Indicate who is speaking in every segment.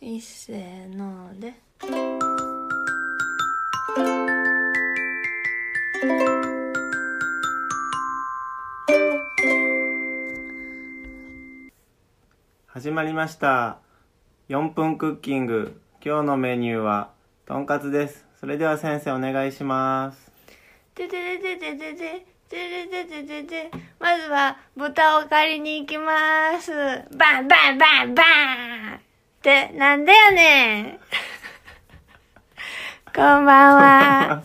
Speaker 1: いっせーので
Speaker 2: 始まりました4分クッキング今日のメニューはとんかつですそれでは先生お願いします
Speaker 1: ててててててててててててまずは豚を借りに行きますバンバンバンバンってなんだよ ねこんばん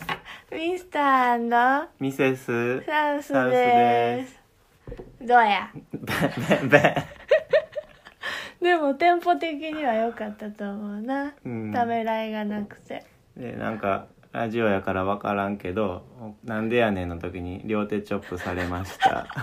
Speaker 1: はミスター
Speaker 2: ミセス
Speaker 1: サウス
Speaker 2: サウス
Speaker 1: で
Speaker 2: です
Speaker 1: どうや
Speaker 2: べ べべ
Speaker 1: でもテンポ的には良かったと思うな、
Speaker 2: うん
Speaker 1: ためらいがなくて
Speaker 2: でなんかラジオやから分からんけど「なんでやねん」の時に両手チョップされました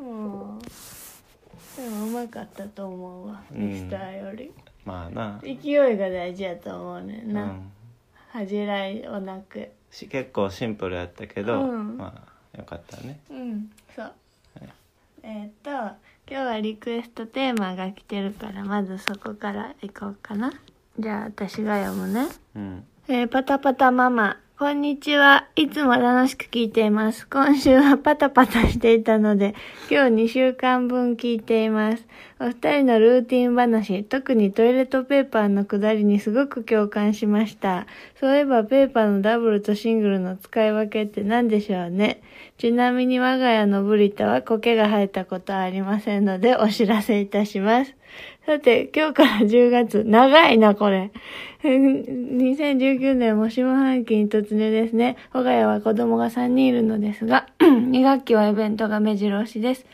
Speaker 1: うんもうでもうまかったと思うわ、
Speaker 2: うん
Speaker 1: ミスターより
Speaker 2: まあな、
Speaker 1: 勢いが大事やと思うねん
Speaker 2: う
Speaker 1: な、
Speaker 2: ん、
Speaker 1: 恥じらいをなく
Speaker 2: し結構シンプルやったけど、
Speaker 1: うん
Speaker 2: まあよかったね
Speaker 1: うんそう、えーっと今日はリクエストテーマが来てるからまずそこからいこうかなじゃあ私が読むね
Speaker 2: うん
Speaker 1: えーパタパタママ。こんにちは。いつも楽しく聞いています。今週は パタパタしていたので、今日2週間分聞いています。お二人のルーティン話、特にトイレットペーパーのくだりにすごく共感しました。そういえばペーパーのダブルとシングルの使い分けって何でしょうね。ちなみに我が家のブリタは苔が生えたことはありませんのでお知らせいたします。さて、今日から10月、長いな、これ。うん2019年も下半期に突入ですね。我が家は子供が3人いるのですが、2学 期はイベントが目白押しです。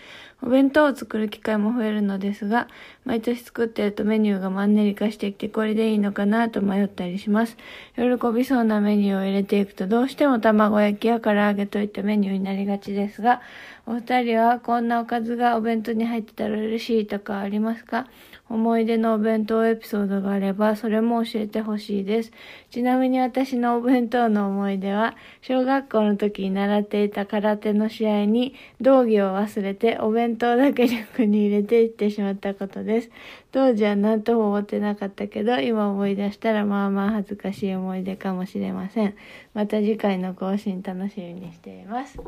Speaker 1: お弁当を作る機会も増えるのですが、毎年作ってるとメニューがマンネリ化してきて、これでいいのかなと迷ったりします。喜びそうなメニューを入れていくと、どうしても卵焼きや唐揚げといったメニューになりがちですが、お二人はこんなおかずがお弁当に入ってたら嬉しいとかありますか思い出のお弁当エピソードがあれば、それも教えてほしいです。ちなみに私のお弁当の思い出は、小学校の時に習っていた空手の試合に、道着を忘れて、お弁当だけリュックに入れていってしまったことです。当時は何とも思ってなかったけど、今思い出したらまあまあ恥ずかしい思い出かもしれません。また次回の更新楽しみにしています。だ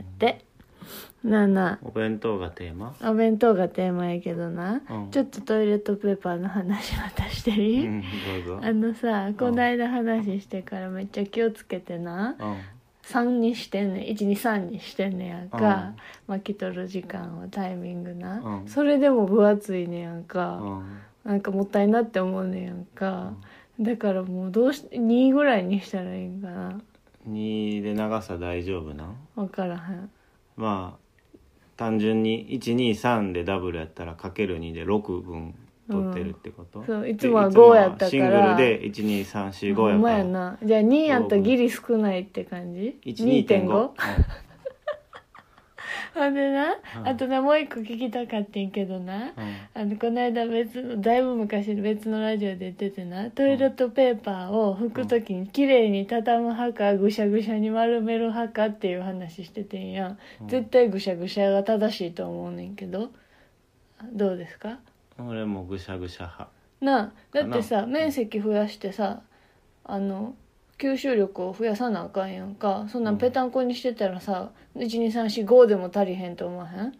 Speaker 1: って、なあなあ。
Speaker 2: お弁当がテーマ
Speaker 1: お弁当がテーマやけどな、
Speaker 2: うん
Speaker 1: ちょっとトイレットペーパーの話またして
Speaker 2: う
Speaker 1: いい、
Speaker 2: んどうぞ
Speaker 1: あのさこないだ話してからめっちゃ気をつけてな3にしてんねん123にしてんねやんか、巻き取る時間をタイミングな、
Speaker 2: うん
Speaker 1: それでも分厚いねやん
Speaker 2: う
Speaker 1: か、
Speaker 2: んうん
Speaker 1: なんかもったいなって思うねやんか、だからもうどうし2ぐらいにしたらいいんかな
Speaker 2: 2で長さ大丈夫なん
Speaker 1: 分からへん
Speaker 2: まあ単純に123でダブルやったらかける2で6分取ってるってこと、
Speaker 1: んそう
Speaker 2: で
Speaker 1: いつもは5やったから
Speaker 2: シングルで12345
Speaker 1: ほんま
Speaker 2: や
Speaker 1: や
Speaker 2: から
Speaker 1: なじゃあ2やったらギリ少ないって感じ
Speaker 2: 12.5
Speaker 1: ほんでな、
Speaker 2: うん
Speaker 1: あとなもう一個聞きたかってんけどな、
Speaker 2: うんうん
Speaker 1: あのこの間別のだいぶ昔に別のラジオで言っててなトイレットペーパーを拭く時に綺麗に畳む派かぐしゃぐしゃに丸める派かっていう話しててんやん、
Speaker 2: うん
Speaker 1: 絶対ぐしゃぐしゃが正しいと思うねんけどどうですか
Speaker 2: 俺もぐしゃぐしゃ派
Speaker 1: なあだってさ面積増やしてさあの吸収力を増やさなあかんやんかそんなんぺたんこにしてたらさ12345でも足りへんと思わへん
Speaker 2: うん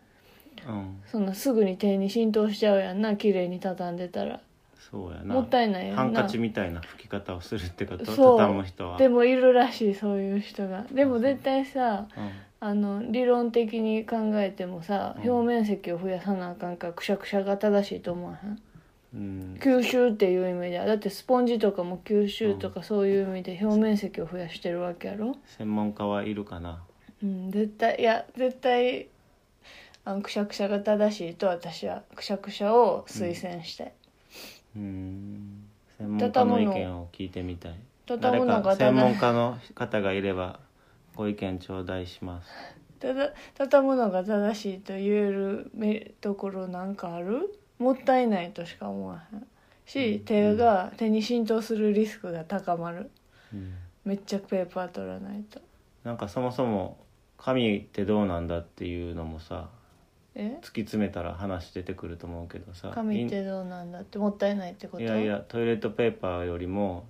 Speaker 1: そんなすぐに手に浸透しちゃうやんな綺麗に畳んでたら
Speaker 2: そうやな
Speaker 1: もったいないや
Speaker 2: ハ
Speaker 1: ん
Speaker 2: ン
Speaker 1: な
Speaker 2: カチみたいな拭き方をするってこと
Speaker 1: そう
Speaker 2: 畳む人は
Speaker 1: でもいるらしいそういう人がでも絶対さ
Speaker 2: うん
Speaker 1: あの理論的に考えてもさ
Speaker 2: うん
Speaker 1: 表面積を増やさなあかんからくしゃくしゃが正しいと思わへん
Speaker 2: うん
Speaker 1: 吸収っていう意味ではだってスポンジとかも吸収とかそういう意味で表面積を増やしてるわけやろ、
Speaker 2: 専門家はいるかな
Speaker 1: うん、絶対いや絶対あのくしゃくしゃが正しいと私はくしゃくしゃを推薦したい、
Speaker 2: うん専門家の意見を聞いてみたい
Speaker 1: 畳
Speaker 2: 誰
Speaker 1: むの
Speaker 2: か
Speaker 1: が
Speaker 2: 専門
Speaker 1: 正し
Speaker 2: 家の方がいればご意見頂戴します
Speaker 1: ただ畳むのが正しいと言えるめところなんかあるもったいないとしか思わへんし、
Speaker 2: うん
Speaker 1: 手が手に浸透するリスクが高まる
Speaker 2: うん
Speaker 1: めっちゃペーパー取らないと
Speaker 2: なんかそもそも神ってどうなんだっていうのもさ
Speaker 1: え
Speaker 2: 突き詰めたら話出てくると思うけどさ
Speaker 1: 紙ってどうなんだってもったいないってこと
Speaker 2: いやいやトイレットペーパーよりも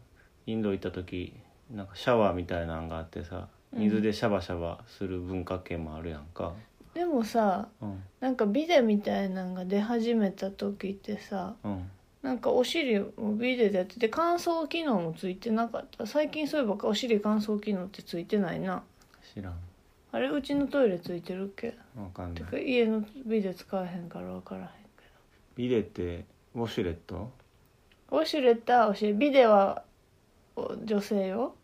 Speaker 2: インド行った時なんかシャワーみたいなのがあってさ
Speaker 1: うん
Speaker 2: 水でシャバシャバする文化圏もあるやんか、
Speaker 1: でもさ
Speaker 2: うん
Speaker 1: なんかビデみたいなのが出始めた時ってさ
Speaker 2: うん、
Speaker 1: なんかお尻もビデでやってて乾燥機能もついてなかった最近そういえばお尻乾燥機能ってついてないな
Speaker 2: 知らん
Speaker 1: あれうちのトイレついてるっけ
Speaker 2: わかんな
Speaker 1: て
Speaker 2: い
Speaker 1: か家のビデ使えへんから分からへんけ
Speaker 2: ビデってウォシュレット
Speaker 1: どウォシュレットはお尻ビデはお女性よ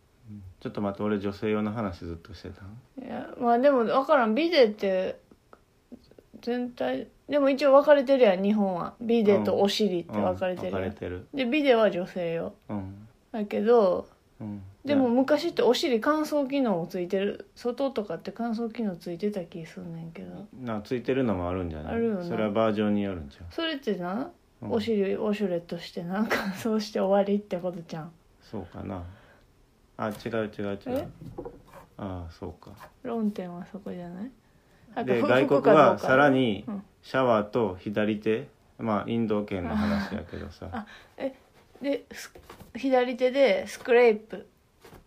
Speaker 2: ちょっと待って俺女性用の話ずっとしてた
Speaker 1: いやまあでも分からんビデって全体でも一応分かれてるやん日本はビデとお尻って分かれてる
Speaker 2: うん、
Speaker 1: やん、
Speaker 2: 分かれてる
Speaker 1: でビデは女性よ
Speaker 2: うん、
Speaker 1: だけど
Speaker 2: うん、
Speaker 1: でも昔ってお尻乾燥機能もついてる外とかって乾燥機能ついてた気すんねんけど
Speaker 2: なついてるのもあるんじゃない
Speaker 1: あるよな
Speaker 2: それはバージョンによるんじ
Speaker 1: それってな、
Speaker 2: ゃう、うん、
Speaker 1: お尻ウォシュレットしてな乾燥して終わりってことじゃん
Speaker 2: そうかなあ違う違う違
Speaker 1: え
Speaker 2: うああそうか
Speaker 1: 論点はそこじゃないなんか
Speaker 2: で
Speaker 1: ふ
Speaker 2: 外国
Speaker 1: 服かどうか
Speaker 2: はさらに
Speaker 1: うん
Speaker 2: シャワーと左手まあインド圏の話やけどさ
Speaker 1: あです左手でスクレープ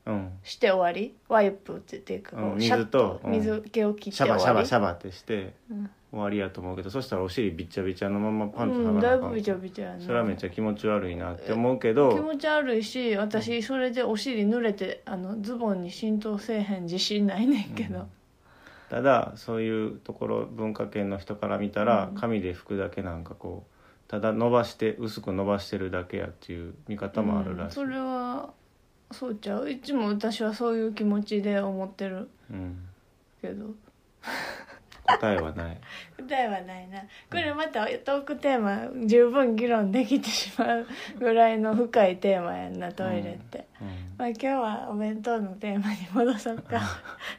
Speaker 2: うん
Speaker 1: して終わりワイプって言ってこ
Speaker 2: うん
Speaker 1: うシャッと
Speaker 2: 水とうん
Speaker 1: 水気を切って
Speaker 2: シャ
Speaker 1: 終わ
Speaker 2: バ
Speaker 1: り
Speaker 2: シャバシャバってして
Speaker 1: うん
Speaker 2: 終わりやと思うけどそしたらお尻びっちゃびちゃのままパンツ
Speaker 1: う
Speaker 2: 剥
Speaker 1: ん
Speaker 2: が
Speaker 1: だ
Speaker 2: ないあか
Speaker 1: ぶ
Speaker 2: ん
Speaker 1: びちゃびちゃやな
Speaker 2: それはめっちゃ気持ち悪いなって思うけ
Speaker 1: 気
Speaker 2: ど
Speaker 1: 持ち悪いし私それでお尻濡れてあのズボンに浸透せえへん自信ないねんけど、
Speaker 2: ただそういうところ文化圏の人から見たら
Speaker 1: うん
Speaker 2: 紙で拭くだけなんかこうただ伸ばして薄く伸ばしてるだけやっていう見方もある
Speaker 1: う
Speaker 2: ら
Speaker 1: ん
Speaker 2: しい、
Speaker 1: それはそうちゃういつも私はそういう気持ちで思ってる
Speaker 2: うん、
Speaker 1: けど
Speaker 2: 答えはない
Speaker 1: 答えはないなこれまたトークテーマ十分議論できてしまうぐらいの深いテーマやんなトイレって、
Speaker 2: うん
Speaker 1: まあ今日はお弁当のテーマに戻そう か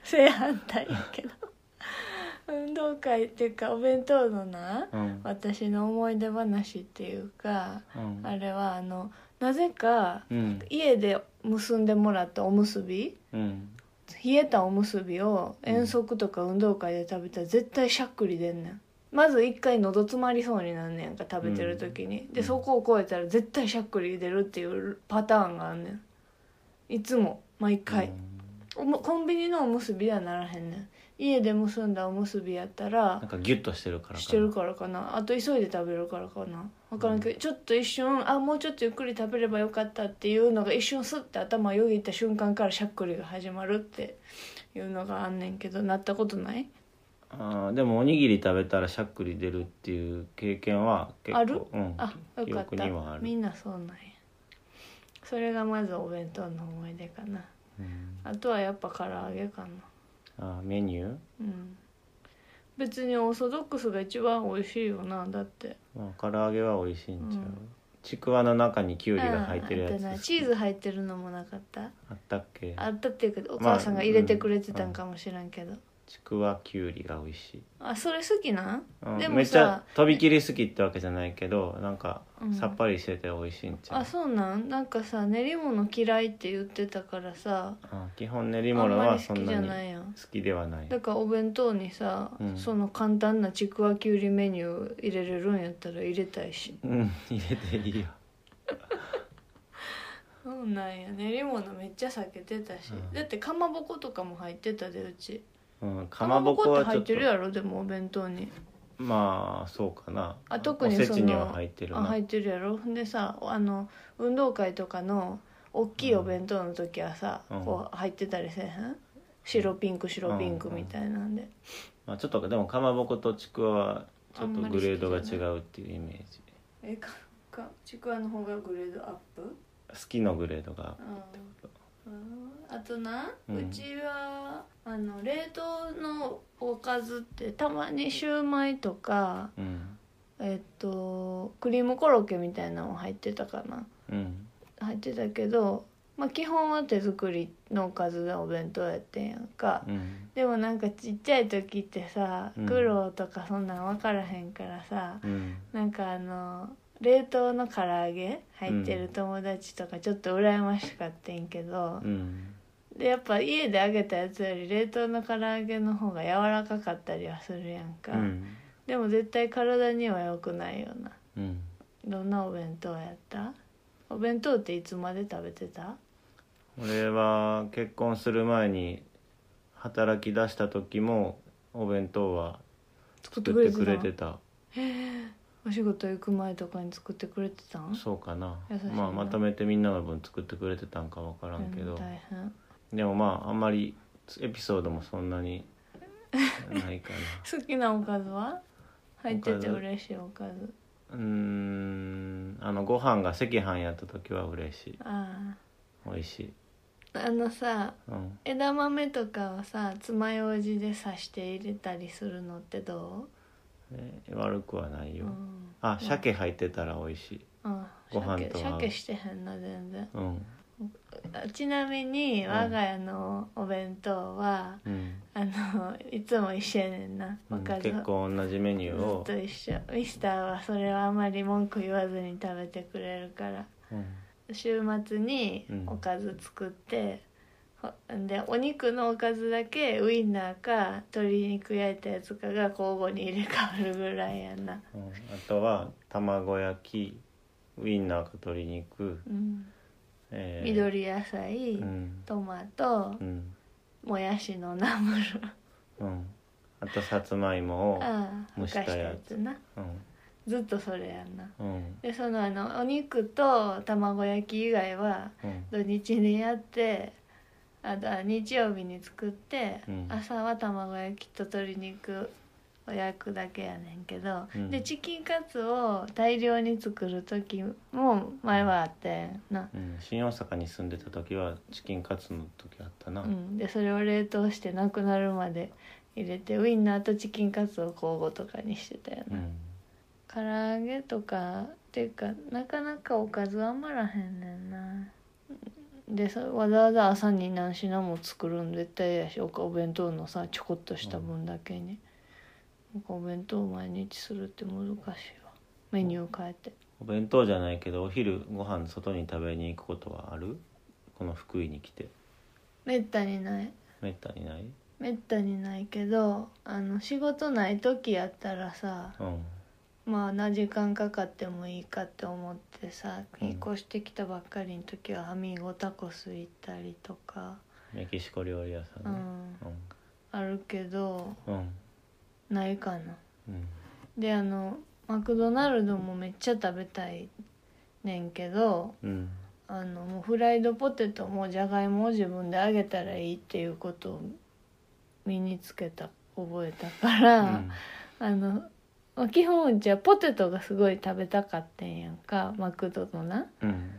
Speaker 1: 正反対やけど運動会っていうかお弁当のな
Speaker 2: うん
Speaker 1: 私の思い出話っていうか
Speaker 2: うん
Speaker 1: あれはあのなぜか
Speaker 2: うん
Speaker 1: 家で結んでもらったおむすび
Speaker 2: うん
Speaker 1: 冷えたおむすびを遠足とか運動会で食べたら絶対しゃっくり出んねんまず一回喉詰まりそうになんねんか食べてる時に、でそこを越えたら絶対しゃっくり出るっていうパターンがあんねんいつも毎回、おもコンビニのおむすびはならへんねん家で結んだおむすびやったら
Speaker 2: なんかギュッとしてるからかな
Speaker 1: してるからかなあと急いで食べるからかな分からんけど、ちょっと一瞬あもうちょっとゆっくり食べればよかったっていうのが一瞬スッて頭をよぎった瞬間からしゃっくりが始まるっていうのがあんねんけどなったことない
Speaker 2: あーでもおにぎり食べたらしゃっくり出るっていう経験は結構
Speaker 1: ある
Speaker 2: うん、
Speaker 1: あよかっ
Speaker 2: 記憶
Speaker 1: た
Speaker 2: にはある
Speaker 1: みんなそうなんやそれがまずお弁当の思い出かな
Speaker 2: うん
Speaker 1: あとはやっぱ唐揚げかな
Speaker 2: あーメニュー、
Speaker 1: うん別にオーソドックスが一番美味しいよなだって
Speaker 2: まあ、唐揚げは美味しいんちゃう、
Speaker 1: うん
Speaker 2: ちくわの中にきゅうりが入ってる
Speaker 1: うんあ
Speaker 2: や
Speaker 1: ったな
Speaker 2: つ
Speaker 1: チーズ入ってるのもなかった
Speaker 2: あったっけ
Speaker 1: あったっていうかお
Speaker 2: まあ
Speaker 1: 母さんが入れてくれてたんかもしらんけど、
Speaker 2: ちくわきゅうりが美味しい、
Speaker 1: あそれ好きなん、
Speaker 2: うん
Speaker 1: で
Speaker 2: め
Speaker 1: も
Speaker 2: っちゃ
Speaker 1: さ
Speaker 2: とびきり好きってわけじゃないけどなんか
Speaker 1: うん
Speaker 2: さっぱりしてて美味しいんちゃう、
Speaker 1: あそうなんなんかさ練り物嫌いって言ってたからさ
Speaker 2: あ基本練り
Speaker 1: あん
Speaker 2: 物
Speaker 1: ま
Speaker 2: は
Speaker 1: り
Speaker 2: そ
Speaker 1: 好き
Speaker 2: ん
Speaker 1: じゃ
Speaker 2: なに
Speaker 1: ないやん
Speaker 2: 好きではない
Speaker 1: だからお弁当にさ、
Speaker 2: うん
Speaker 1: その簡単なちくわきゅうりメニュー入れれるんやったら入れたいし
Speaker 2: うん入れていいよ
Speaker 1: そうなんや練り物めっちゃ避けてたし、
Speaker 2: うん
Speaker 1: だってかまぼことかも入ってたでうち
Speaker 2: うん、かまぼこ
Speaker 1: かまぼ
Speaker 2: は
Speaker 1: って入っ
Speaker 2: ちょっと
Speaker 1: てるやろでもお弁当に
Speaker 2: まあそうかな
Speaker 1: あ特に
Speaker 2: おせ
Speaker 1: そ
Speaker 2: ち
Speaker 1: の
Speaker 2: には入ってる
Speaker 1: あ
Speaker 2: な、
Speaker 1: 入ってるやろでさあの運動会とかの大きいお弁当の時はさ、
Speaker 2: うん
Speaker 1: こう入ってたりせえへん白ピンク白ピンクみたいなんで、
Speaker 2: まあ、ちょっとでもかまぼことちくわはちょっとグレードが違うっていうイメージ
Speaker 1: えかかちくわの方がグレードアップ
Speaker 2: 好きのグレードが
Speaker 1: うんうんあとな、う
Speaker 2: うん
Speaker 1: ちはあの冷凍のおかずってたまにシューマイとか
Speaker 2: うん
Speaker 1: えっとクリームコロッケみたいなのも入ってたかな
Speaker 2: うん
Speaker 1: 入ってたけど、まあ、基本は手作りのおかずでお弁当やってんやんか、
Speaker 2: うん
Speaker 1: でもなんかちっちゃい時ってさ
Speaker 2: うん
Speaker 1: 苦労とかそんなん分からへんからさ、
Speaker 2: うん
Speaker 1: なんかあの冷凍の唐揚げ入ってる友達とかちょっと羨ましかってんけど
Speaker 2: う、ん
Speaker 1: でやっぱ家で揚げたやつより冷凍の唐揚げの方が柔らかかったりはするやんか、
Speaker 2: うん
Speaker 1: でも絶対体には良くないような
Speaker 2: うん
Speaker 1: どんなお弁当やったお弁当っていつまで食べてた
Speaker 2: 俺は結婚する前に働き出した時もお弁当は
Speaker 1: 作って
Speaker 2: 作
Speaker 1: く
Speaker 2: っ
Speaker 1: れ
Speaker 2: て
Speaker 1: て
Speaker 2: く
Speaker 1: た
Speaker 2: れてた
Speaker 1: お仕事行く前とかに作ってくれてたん
Speaker 2: そうかな
Speaker 1: 優しいな
Speaker 2: まあ、まとめてみんなの分作ってくれてたんか分からんけ
Speaker 1: う
Speaker 2: ど
Speaker 1: ん大変
Speaker 2: でもまああんまりエピソードもそんなに ないか
Speaker 1: 好きなおかずは入って
Speaker 2: おか
Speaker 1: て
Speaker 2: ず
Speaker 1: 嬉しいおかず
Speaker 2: なうーんあのご飯が赤飯やった時は嬉しい
Speaker 1: あ
Speaker 2: 美味しい、
Speaker 1: ああのさ
Speaker 2: うん、
Speaker 1: 枝豆とかはさ爪楊枝で刺して入れたりするのってど、
Speaker 2: え悪くはないうよ、
Speaker 1: うん、
Speaker 2: あ鮭入ってたら美味しい
Speaker 1: あ
Speaker 2: ご飯
Speaker 1: 鮭
Speaker 2: とは
Speaker 1: 鮭してへんな全然
Speaker 2: うん
Speaker 1: あちなみに
Speaker 2: うん
Speaker 1: 我が家のお弁当は、
Speaker 2: うん、
Speaker 1: あのいつも一緒やねんな
Speaker 2: う
Speaker 1: わ
Speaker 2: ん
Speaker 1: かる、
Speaker 2: 結構同じメニューを
Speaker 1: ずっと一緒ミスターはそれはあまり文句言わずに食べてくれるから
Speaker 2: うん
Speaker 1: 週末に
Speaker 2: うん
Speaker 1: おかず作って、ほんでお肉のおかずだけウインナーか鶏肉焼いたやつかが交互に入れ替わるぐらいやな
Speaker 2: うんあとは卵焼きウインナーか鶏肉、
Speaker 1: うん、
Speaker 2: えー
Speaker 1: 緑野菜、
Speaker 2: うん
Speaker 1: トマト
Speaker 2: う、ん
Speaker 1: もやしのナムル
Speaker 2: うんあとさつまいもを
Speaker 1: ああ
Speaker 2: 蒸
Speaker 1: ふ
Speaker 2: した
Speaker 1: か
Speaker 2: やつ
Speaker 1: したやつな
Speaker 2: う
Speaker 1: ずっとそれやんなん
Speaker 2: うん
Speaker 1: でそのあのお肉と卵焼き以外は
Speaker 2: うん
Speaker 1: 土日にやってあとは日曜日に作って、
Speaker 2: うん
Speaker 1: 朝は卵焼きと鶏肉を焼くだけやねんけど、
Speaker 2: うん
Speaker 1: でチキンカツを大量に作る時も前はあってんな、
Speaker 2: うん新大阪に住んでた時はチキンカツの時あったな、
Speaker 1: うん、でそれを冷凍してなくなるまで入れてウインナーとチキンカツを交互とかにしてたよ
Speaker 2: う
Speaker 1: な、
Speaker 2: ん
Speaker 1: 唐揚げとかっていうかなかなかおかず余らへんねんなでそわざわざ朝に何品も作るん絶対やしおかお弁当のさちょこっとした分だけに、なんかお弁当を毎日するって難しいわメニュー変えて
Speaker 2: お弁当じゃないけどお昼ご飯外に食べに行くことはあるこの福井に来て
Speaker 1: めったにない
Speaker 2: めったにない
Speaker 1: めったにないけどあの仕事ない時やったらさ
Speaker 2: うん
Speaker 1: まあな時間かかってもいいかって思ってさ
Speaker 2: うん
Speaker 1: 引っ越してきたばっかりの時はハミーゴタコス行ったりとか。
Speaker 2: メキシコ料理屋さ
Speaker 1: うん
Speaker 2: ね
Speaker 1: ん、あるけど
Speaker 2: うんうん
Speaker 1: ないかな
Speaker 2: うん
Speaker 1: であのマクドナルドもめっちゃ食べたいねんけど
Speaker 2: うん
Speaker 1: あのもうフライドポテトもじゃがいもを自分で揚げたらいいっていうことを身につけた覚えたか
Speaker 2: う
Speaker 1: ら、
Speaker 2: ん
Speaker 1: あのまあ基本じゃポテトがすごい食べたかってんやんかマクドのな
Speaker 2: うん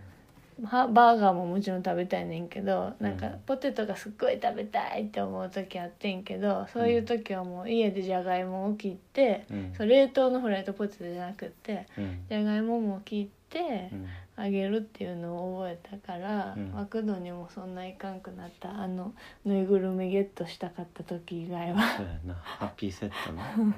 Speaker 1: はバーガーももちろん食べたいねんけどなん
Speaker 2: う
Speaker 1: か
Speaker 2: ん
Speaker 1: ポテトがすっごい食べたいって思う時あってんけどそういう時はもう家でじゃがいもを切って、
Speaker 2: うん
Speaker 1: そう冷凍のフライドポテトじゃなくて
Speaker 2: うん
Speaker 1: じゃがいもも切って
Speaker 2: うん
Speaker 1: あげるっていうのを覚えたから、
Speaker 2: うん
Speaker 1: マクドにもそんないかんくなったあのぬいぐるみゲットしたかった時以外 は。
Speaker 2: そうやなハッピーセットな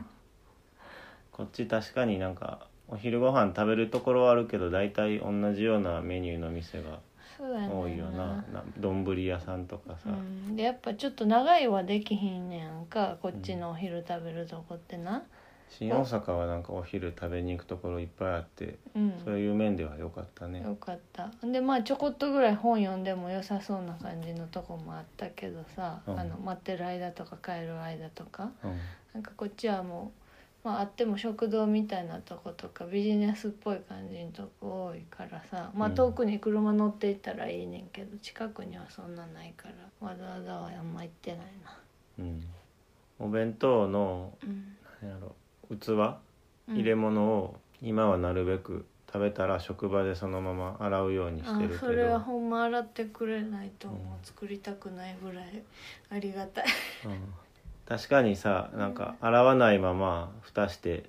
Speaker 2: こっち確かになんかお昼ご飯食べるところはあるけど大体同じようなメニューの店が
Speaker 1: そうだねんな
Speaker 2: 多いよなな丼屋さんとか
Speaker 1: う
Speaker 2: さ、
Speaker 1: ん、でやっぱちょっと長いはできひんねやんかこっちのお昼食べるとこってな、
Speaker 2: 新大阪はなんかお昼食べに行くところいっぱいあって
Speaker 1: うん、
Speaker 2: そういう面では良かったね
Speaker 1: よかったでまあちょこっとぐらい本読んでも良さそうな感じのとこもあったけどさ、
Speaker 2: うん
Speaker 1: あの待ってる間とか帰る間とか
Speaker 2: うん
Speaker 1: なんかこっちはもう、まあ、あっても食堂みたいなとことかビジネスっぽい感じのとこ多いからさまあ
Speaker 2: うん
Speaker 1: 遠くに車乗っていったらいいねんけど、近くにはそんなないからわざわざはあんま行ってないな。
Speaker 2: うん、お弁当の
Speaker 1: うん
Speaker 2: なんやろ器
Speaker 1: うん
Speaker 2: 入れ物を今はなるべく食べたら職場でそのまま洗うようにしてる
Speaker 1: あ
Speaker 2: けど
Speaker 1: それはほんま洗ってくれないともう
Speaker 2: うん
Speaker 1: 作りたくないぐらいありがたい、
Speaker 2: うん確かにさなんか洗わないまま蓋して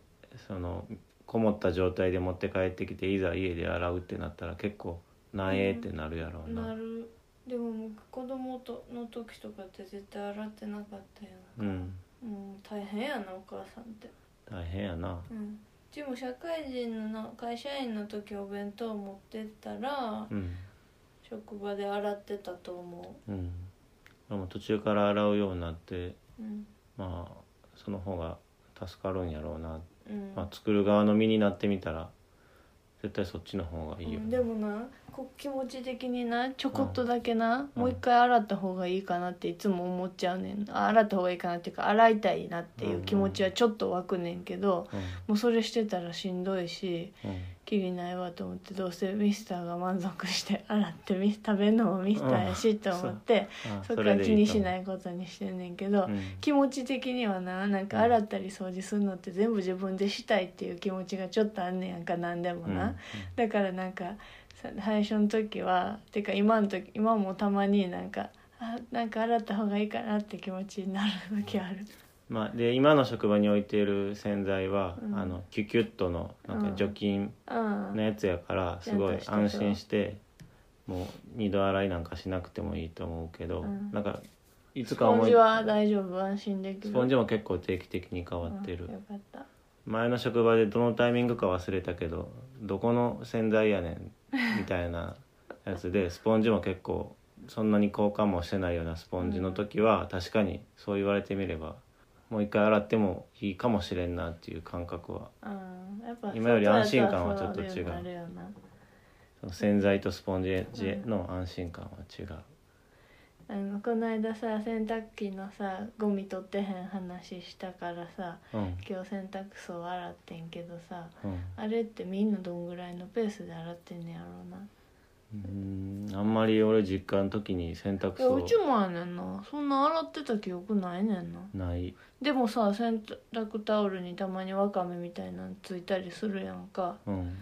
Speaker 2: そのこもった状態で持って帰ってきていざ家で洗うってなったら結構なえってなるやろうな、
Speaker 1: なるでももう子供との時とかって絶対洗ってなかったよ
Speaker 2: うん
Speaker 1: もう大変やなお母さんって
Speaker 2: 大変やな
Speaker 1: うんうちも社会人の会社員の時お弁当持ってったら、
Speaker 2: うん
Speaker 1: 職場で洗ってたと思
Speaker 2: うんでも途中から洗うようになって
Speaker 1: うん
Speaker 2: まあその方が助かるんやろうな、
Speaker 1: うん
Speaker 2: まあ、作る側の身になってみたら絶対そっちの方がいいよ、
Speaker 1: う
Speaker 2: ね
Speaker 1: んでもなこ気持ち的になちょこっとだけな、
Speaker 2: うん
Speaker 1: もう一回洗った方がいいかなっていつも思っちゃうねんあ洗った方がいいかなっていうか洗いたいなっていう気持ちはちょっと湧くねんけど、もうそれしてたらしんどいし
Speaker 2: うんうん
Speaker 1: きりないわと思ってどうせミスターが満足して 洗ってミス食べるのもミスターやしと思って、
Speaker 2: あ
Speaker 1: そっから気にしないいことにしてんねんけど、
Speaker 2: と思う、うん
Speaker 1: 気持ち的にはななんか洗ったり掃除するのって全部自分でしたいっていう気持ちがちょっとあんねやんか何でもな。だからなんかさ最初の時はてか今の時今もたまになんかあなんか洗った方がいいかなって気持ちになる時ある
Speaker 2: まあ、で今の職場に置いている洗剤は、
Speaker 1: うん
Speaker 2: あのキュキュッとのなん
Speaker 1: う
Speaker 2: か
Speaker 1: ん
Speaker 2: 除菌
Speaker 1: うん、
Speaker 2: のやつやからすごい
Speaker 1: ちゃんとし
Speaker 2: 安
Speaker 1: てる
Speaker 2: 心してもう二度洗いなんかしなくてもいいと思うけど、
Speaker 1: うん
Speaker 2: なんかいつ
Speaker 1: ス
Speaker 2: か
Speaker 1: ポン
Speaker 2: 思い
Speaker 1: ジは大丈夫安心できる
Speaker 2: スポンジも結構定期的に変わってる
Speaker 1: うん、よかった
Speaker 2: 前の職場でどのタイミングか忘れたけどどこの洗剤やねんみたいなやつでスポンジも結構そんなに交換もしてないようなスポンジの時は確かにそう言われてみればもう一回洗ってもいいかもしれんなっていう感覚は
Speaker 1: うんやっぱ
Speaker 2: 今より安心感はちょっと違う
Speaker 1: 外やらそうなるよな
Speaker 2: その洗剤とスポンジの安心感は違う。
Speaker 1: あのこの間さ洗濯機のさゴミ取ってへん話したからさ
Speaker 2: うん
Speaker 1: 今日洗濯槽洗ってんけどさ
Speaker 2: うん
Speaker 1: あれってみんなどんぐらいのペースで洗ってんねやろうな
Speaker 2: うんあんまり俺実家の時に洗濯
Speaker 1: いやうち
Speaker 2: 槽
Speaker 1: もやねんなそんな洗ってた記憶ないねんな
Speaker 2: ない
Speaker 1: でもさ洗濯タオルにたまにわかめみたいなのついたりするやんか
Speaker 2: うん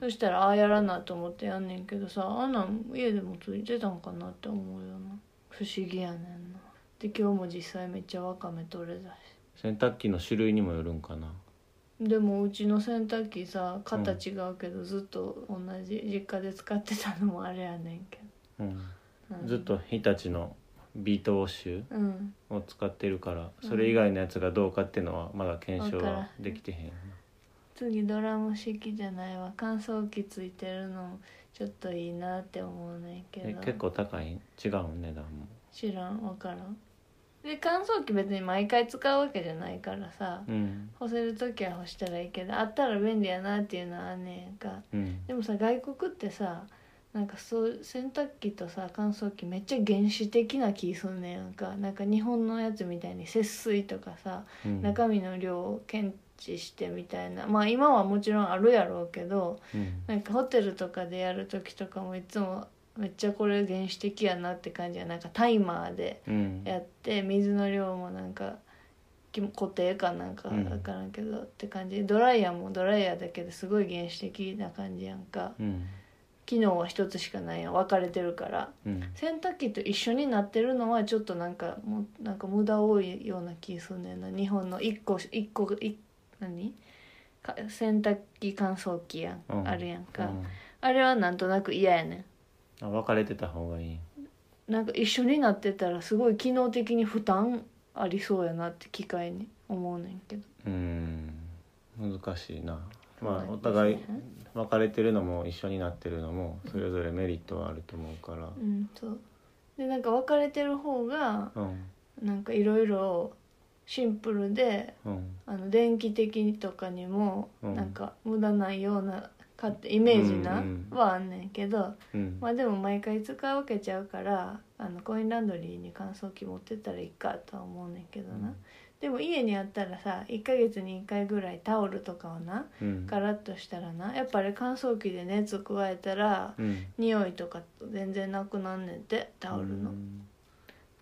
Speaker 1: そしたらああやらなと思ってやんねんけどさあんなん家でもついてたんかなって思うよな不思議やねんなで今日も実際めっちゃわかめ取れたし
Speaker 2: 洗濯機の種類にもよるんかな
Speaker 1: でもうちの洗濯機さ型違うけど、ずっと同じ実家で使ってたのもあれやねんけ
Speaker 2: うん
Speaker 1: ど、うん
Speaker 2: ずっと日立のビートウォッシュ
Speaker 1: うん
Speaker 2: を使ってるから
Speaker 1: うん
Speaker 2: それ以外のやつがどうかっていうのはまだ検証
Speaker 1: わから
Speaker 2: は
Speaker 1: ん
Speaker 2: できてへんよ
Speaker 1: 次ドラム式じゃないわ乾燥機ついてるのちょっといいなって思うねんけ
Speaker 2: なえ
Speaker 1: ど
Speaker 2: 結構高い違うん値段も
Speaker 1: 知らん分からんで乾燥機別に毎回使うわけじゃないからさ、
Speaker 2: うん
Speaker 1: 干せる時は干したらいいけどあったら便利やなっていうのはあんねんか
Speaker 2: うん
Speaker 1: でもさ外国ってさなんかそう洗濯機とさ乾燥機めっちゃ原始的な気すんねんかなんか日本のやつみたいに節水とかさ
Speaker 2: うん
Speaker 1: 中身の量を検知してみたいなまあ今はもちろんあるやろうけど、
Speaker 2: うん
Speaker 1: なんかホテルとかでやる時とかもいつもめっちゃこれ原始的やなって感じやなんかタイマーで
Speaker 2: うん
Speaker 1: やって水の量もなんかき固定かなんか
Speaker 2: うん
Speaker 1: 分からんけど、って感じドライヤーもドライヤーだけですごい原始的な感じやんか
Speaker 2: うん
Speaker 1: 機能は一つしかないやん分かれてるから
Speaker 2: うん
Speaker 1: 洗濯機と一緒になってるのはちょっとなんかもうなんか無駄多いような気すんねんな日本の一個一個一何か洗濯機乾燥機やん、
Speaker 2: うん
Speaker 1: あるやんか、
Speaker 2: うん
Speaker 1: あれはなんとなく嫌やね
Speaker 2: あ分かれてた方がいい
Speaker 1: んなんか一緒になってたらすごい機能的に負担ありそうやなって機械に思うねんけど
Speaker 2: うん難しいなまあ
Speaker 1: そう
Speaker 2: お
Speaker 1: なん
Speaker 2: 互
Speaker 1: で
Speaker 2: い
Speaker 1: すね
Speaker 2: 分かれてるのも一緒になってるのもそれぞれメリットはあると思うから
Speaker 1: うんそうでなんか別れてる方が
Speaker 2: うん
Speaker 1: なんかいろいろシンプルで
Speaker 2: うん
Speaker 1: あの電気的にとかにも
Speaker 2: うん
Speaker 1: なんか無駄ないようなかってイメージな
Speaker 2: うんうん
Speaker 1: はあんねんけど、
Speaker 2: うん
Speaker 1: まあでも毎回使うわけちゃうからあのコインランドリーに乾燥機持ってったらいいかとは思うねんけどな、
Speaker 2: うん
Speaker 1: でも家にあったらさ1ヶ月に1回ぐらいタオルとかをな
Speaker 2: うん
Speaker 1: ガラッとしたらなやっぱあれ乾燥機で熱加えたら
Speaker 2: うん
Speaker 1: 匂いとか全然なくなんねんてタオルの、
Speaker 2: うん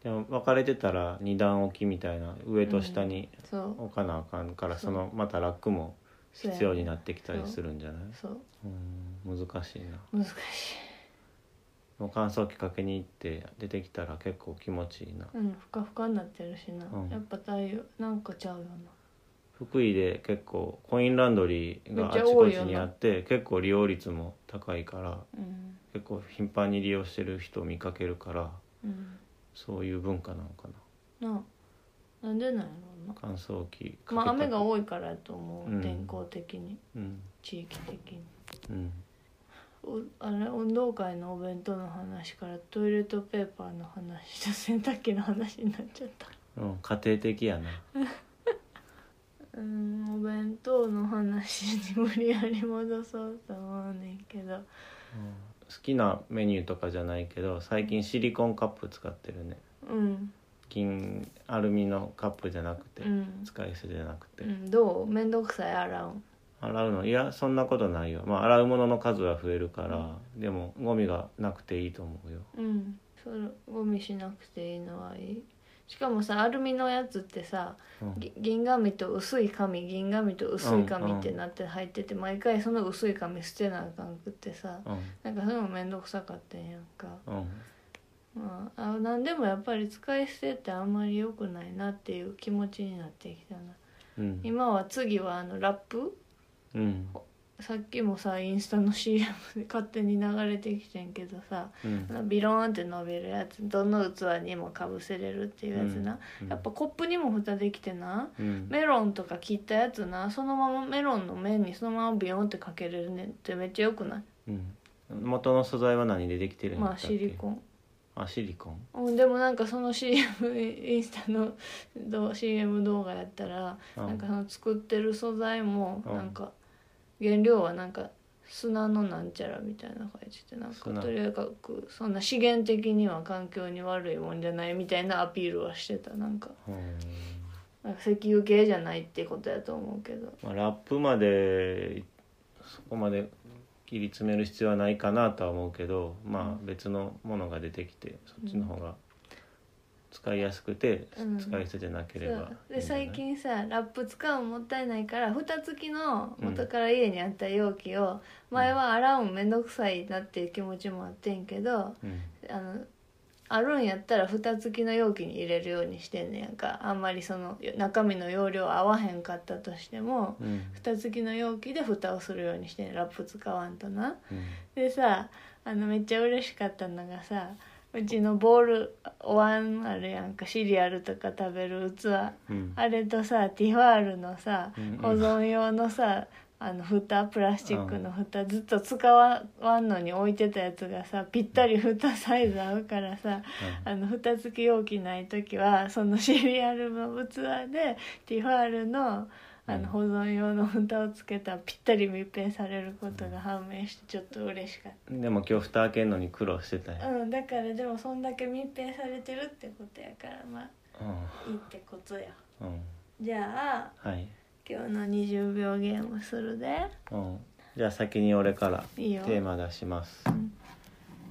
Speaker 2: でも分かれてたら二段置きみたいな上と下に
Speaker 1: そう
Speaker 2: 置かなあかんから、
Speaker 1: うん
Speaker 2: そのまたラックも
Speaker 1: そうや
Speaker 2: 必要になってきたりするんじゃない
Speaker 1: そう
Speaker 2: うん難しいな
Speaker 1: 難しい
Speaker 2: もう乾燥機かけに行って出てきたら結構気持ちいいな
Speaker 1: うんふかふかになってるしな、
Speaker 2: うん
Speaker 1: やっぱ太陽なんかちゃうよ
Speaker 2: 福井で結構コインランドリーがあ
Speaker 1: めっ
Speaker 2: ち
Speaker 1: ちゃ多
Speaker 2: こ
Speaker 1: い
Speaker 2: ち
Speaker 1: よな
Speaker 2: にあって結構利用率も高いから
Speaker 1: なうん
Speaker 2: 結構頻繁に利用してる人を見かけるから
Speaker 1: うん
Speaker 2: そういう文化なのかな
Speaker 1: なあなんでなんやろうな
Speaker 2: 乾燥機かけた
Speaker 1: まあ雨が多いからやと思う、
Speaker 2: うん
Speaker 1: 天候的に
Speaker 2: うん
Speaker 1: 地域的に
Speaker 2: うん
Speaker 1: おあれ運動会のお弁当の話からトイレットペーパーの話と洗濯機の話になっちゃった
Speaker 2: うん家庭的やな
Speaker 1: うーんお弁当の話に無理やり戻そうと思うねんけど
Speaker 2: 好きなメニューとかじゃないけど最近シリコンカップ使ってるね
Speaker 1: うん
Speaker 2: 金アルミのカップじゃなくて、
Speaker 1: うん、
Speaker 2: 使い捨てじゃなくて、
Speaker 1: うん、どう面倒くさい洗う
Speaker 2: 洗うのいやそんなことないよまあ洗うものの数は増えるから、でもゴミがなくていいと思うよ
Speaker 1: うんそれゴミしなくていいのはいいしかもさアルミのやつってさ
Speaker 2: うん
Speaker 1: ぎ銀紙と薄い紙銀紙と薄い紙ってなって入ってて、毎回その薄い紙捨てなあかんくってさなんかそれも面倒くさかったんやんか、
Speaker 2: うんうん
Speaker 1: まあ、あ何でもやっぱり使い捨てってあんまり良くないなっていう気持ちになってきたな
Speaker 2: うん
Speaker 1: 今は次はあのラップ
Speaker 2: うん
Speaker 1: さっきもさインスタの CM で勝手に流れてきてんけどさ、
Speaker 2: うん
Speaker 1: あのビローンって伸びるやつどの器にもかぶせれるっていうやつな、やっぱコップにも蓋できてな
Speaker 2: うん
Speaker 1: メロンとか切ったやつなそのままメロンの面にそのままビヨンってかけれるねんってめっちゃよくない、
Speaker 2: うん元の素材は何でできてるんだ
Speaker 1: ま
Speaker 2: っ
Speaker 1: あ
Speaker 2: け
Speaker 1: シリコン、
Speaker 2: あシリコン
Speaker 1: うん、でもなんかその CM インスタのど CM 動画やったら
Speaker 2: うん
Speaker 1: なんかその作ってる素材も
Speaker 2: うん
Speaker 1: なんか原料はなんか砂のなんちゃらみたいな感じでなんか
Speaker 2: 砂
Speaker 1: とにかくそんな資源的には環境に悪いもんじゃないみたいなアピールはしてたなんか
Speaker 2: うん
Speaker 1: なんか石油系じゃないってことやと思うけど
Speaker 2: まあ、ラップまでそこまで切り詰める必要はないかなとは思うけどまあ別のものが出てきてそっちの方が使いやすくて、
Speaker 1: うん
Speaker 2: 使い捨てじゃな
Speaker 1: そ
Speaker 2: ければ
Speaker 1: う
Speaker 2: いい
Speaker 1: で
Speaker 2: んじゃない
Speaker 1: 最近さラップ使うのもったいないから蓋付きの元から家にあった容器を、前は洗うんめんどくさいなっていう気持ちもあってんけど、
Speaker 2: うん
Speaker 1: あのあるんやったら蓋付きの容器に入れるようにしてんねやんかあんまりその中身の容量合わへんかったとしても
Speaker 2: うん
Speaker 1: 蓋付きの容器で蓋をするようにしてんねんラップ使わんとな
Speaker 2: うん
Speaker 1: でさあのめっちゃ嬉しかったのがさうちのボールお椀あるやんかシリアルとか食べる器
Speaker 2: うん
Speaker 1: あれとさティファールのさ
Speaker 2: うんうん
Speaker 1: 保存用のさあの蓋プラスチックの蓋ずっと使わんのに置いてたやつがさぴったり蓋サイズ合うからさあの蓋付き容器ない時はそのシリアルの器でティファールのあ
Speaker 2: うん
Speaker 1: の保存用の蓋をつけたらぴったり密閉されることが判明してちょっと嬉しかっ
Speaker 2: うんでも今日蓋開けるのに苦労してたん
Speaker 1: た、
Speaker 2: や、
Speaker 1: うん、だからでもそんだけ密閉されてるってことやからまあいいってことや
Speaker 2: うんうん、
Speaker 1: じゃあ
Speaker 2: はい、
Speaker 1: 今日の20秒ゲームするで
Speaker 2: うん、じゃあ先に俺からテ
Speaker 1: いいよ
Speaker 2: ーマ出します
Speaker 1: うん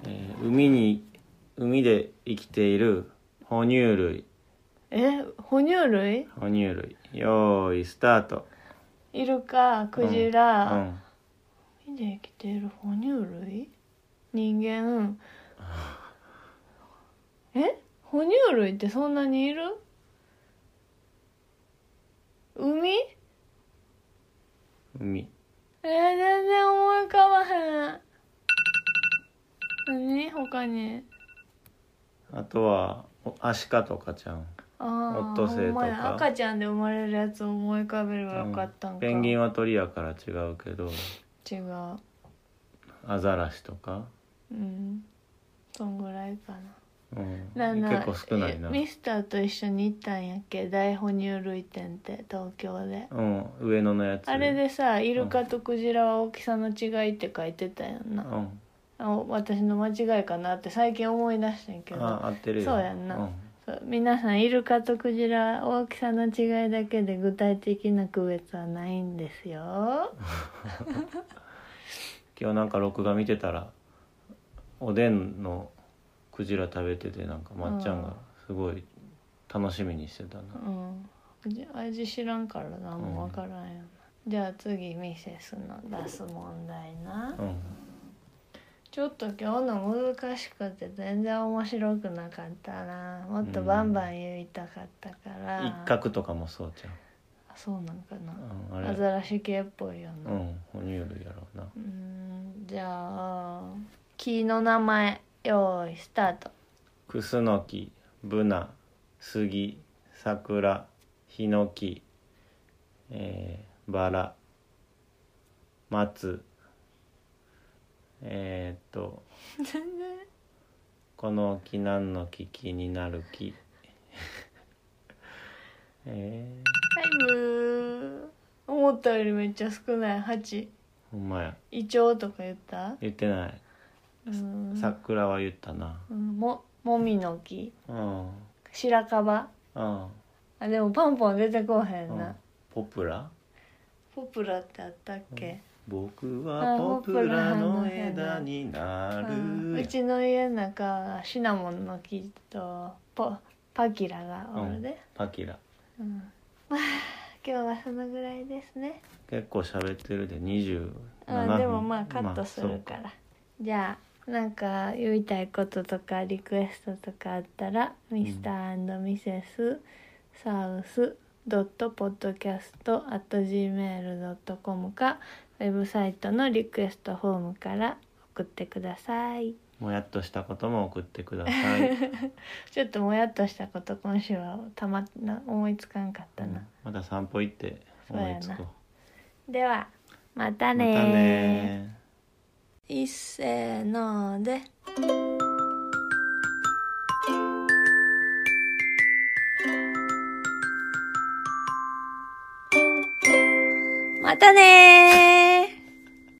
Speaker 2: えー海に海で生きている哺乳類
Speaker 1: え哺乳類
Speaker 2: 哺乳類よーいスタート
Speaker 1: イルカクジ
Speaker 2: う
Speaker 1: ラ、
Speaker 2: ん
Speaker 1: 海で生きている哺乳類人 間え哺乳類ってそんなにいる海え
Speaker 2: 海
Speaker 1: ー、全然思い浮かばへん何他に
Speaker 2: あとはおアシカとかちゃん
Speaker 1: あ
Speaker 2: オッ
Speaker 1: あ
Speaker 2: トセイとか
Speaker 1: 赤ちゃんで生まれるやつを思い浮かべればよかったんか、
Speaker 2: ペンギンは鳥やから違うけど
Speaker 1: 違う
Speaker 2: アザラシとか、
Speaker 1: うんそんぐらいか
Speaker 2: うん、
Speaker 1: ななん
Speaker 2: 結
Speaker 1: な
Speaker 2: 構少ないな
Speaker 1: えミスターと一緒に行ったんやっけ大哺乳類展って東京で
Speaker 2: うん上野のやつ
Speaker 1: あれでさイルカとクジラは大きさの違いって書いてたやん
Speaker 2: う
Speaker 1: な、
Speaker 2: ん
Speaker 1: あ私の間違いかなって最近思い出してんけど
Speaker 2: あ合ってるよ
Speaker 1: そうやんな
Speaker 2: うん
Speaker 1: そう皆さんイルカとクジラ大きさの違いだけで具体的な区別はないんです よ
Speaker 2: 今日なんか録画見てたらおでんのクジラ食べててなんかまっちゃんがすごい楽しみにしてたな、
Speaker 1: うん味味知らんから何も分からんやん、じゃあ次ミセスの出す問題な、
Speaker 2: うん
Speaker 1: ちょっと今日の難しくて全然面白くなかったなもっとバンバン言いたかったから、
Speaker 2: 一角とかもそうじ
Speaker 1: あそうなんか
Speaker 2: ゃ
Speaker 1: な、
Speaker 2: ん、うん、あ
Speaker 1: ア
Speaker 2: れ
Speaker 1: ザラシ系っぽいよ
Speaker 2: う
Speaker 1: な、うん
Speaker 2: 哺乳類やろうな
Speaker 1: ーん、じゃあ木の名前用意スタート
Speaker 2: クスノキブナスギ桜ヒノキ、えー、バラ松、えーっと
Speaker 1: 全然
Speaker 2: この木なんの木気になる木 えー、
Speaker 1: タイム思ったよりめっちゃ少ない8
Speaker 2: ほんまや
Speaker 1: イチョウとか言った
Speaker 2: 言ってない
Speaker 1: うん
Speaker 2: 桜は言ったな
Speaker 1: うんももみの木
Speaker 2: うんうん
Speaker 1: 白樺
Speaker 2: うん
Speaker 1: あでもパンポン出てこへんな、
Speaker 2: ポプラ
Speaker 1: ポプラってあったっけ、
Speaker 2: 僕は
Speaker 1: あ
Speaker 2: ポプラ
Speaker 1: ポプラの
Speaker 2: の
Speaker 1: 枝
Speaker 2: 枝にな
Speaker 1: うん
Speaker 2: る
Speaker 1: うちの家の中はシナモンの木とポパキラがおるで、
Speaker 2: パキラ
Speaker 1: うんまあ今日はそのぐらいですね
Speaker 2: 結構喋ってるで27
Speaker 1: うん
Speaker 2: 分
Speaker 1: でもまあカットするから、じゃあなんか言いたいこととかリクエストとかあったら、mr.mrs.south.podcast.gmail.com かウェブサイトのリクエストフォームから送ってください
Speaker 2: もやっとしたことも送ってください、
Speaker 1: ちょっともやっとしたこと今週はたまな思いつかんかったな、
Speaker 2: また散歩行って思いつこう
Speaker 1: ではまたねー
Speaker 2: またねー
Speaker 1: いっせーのでまたねー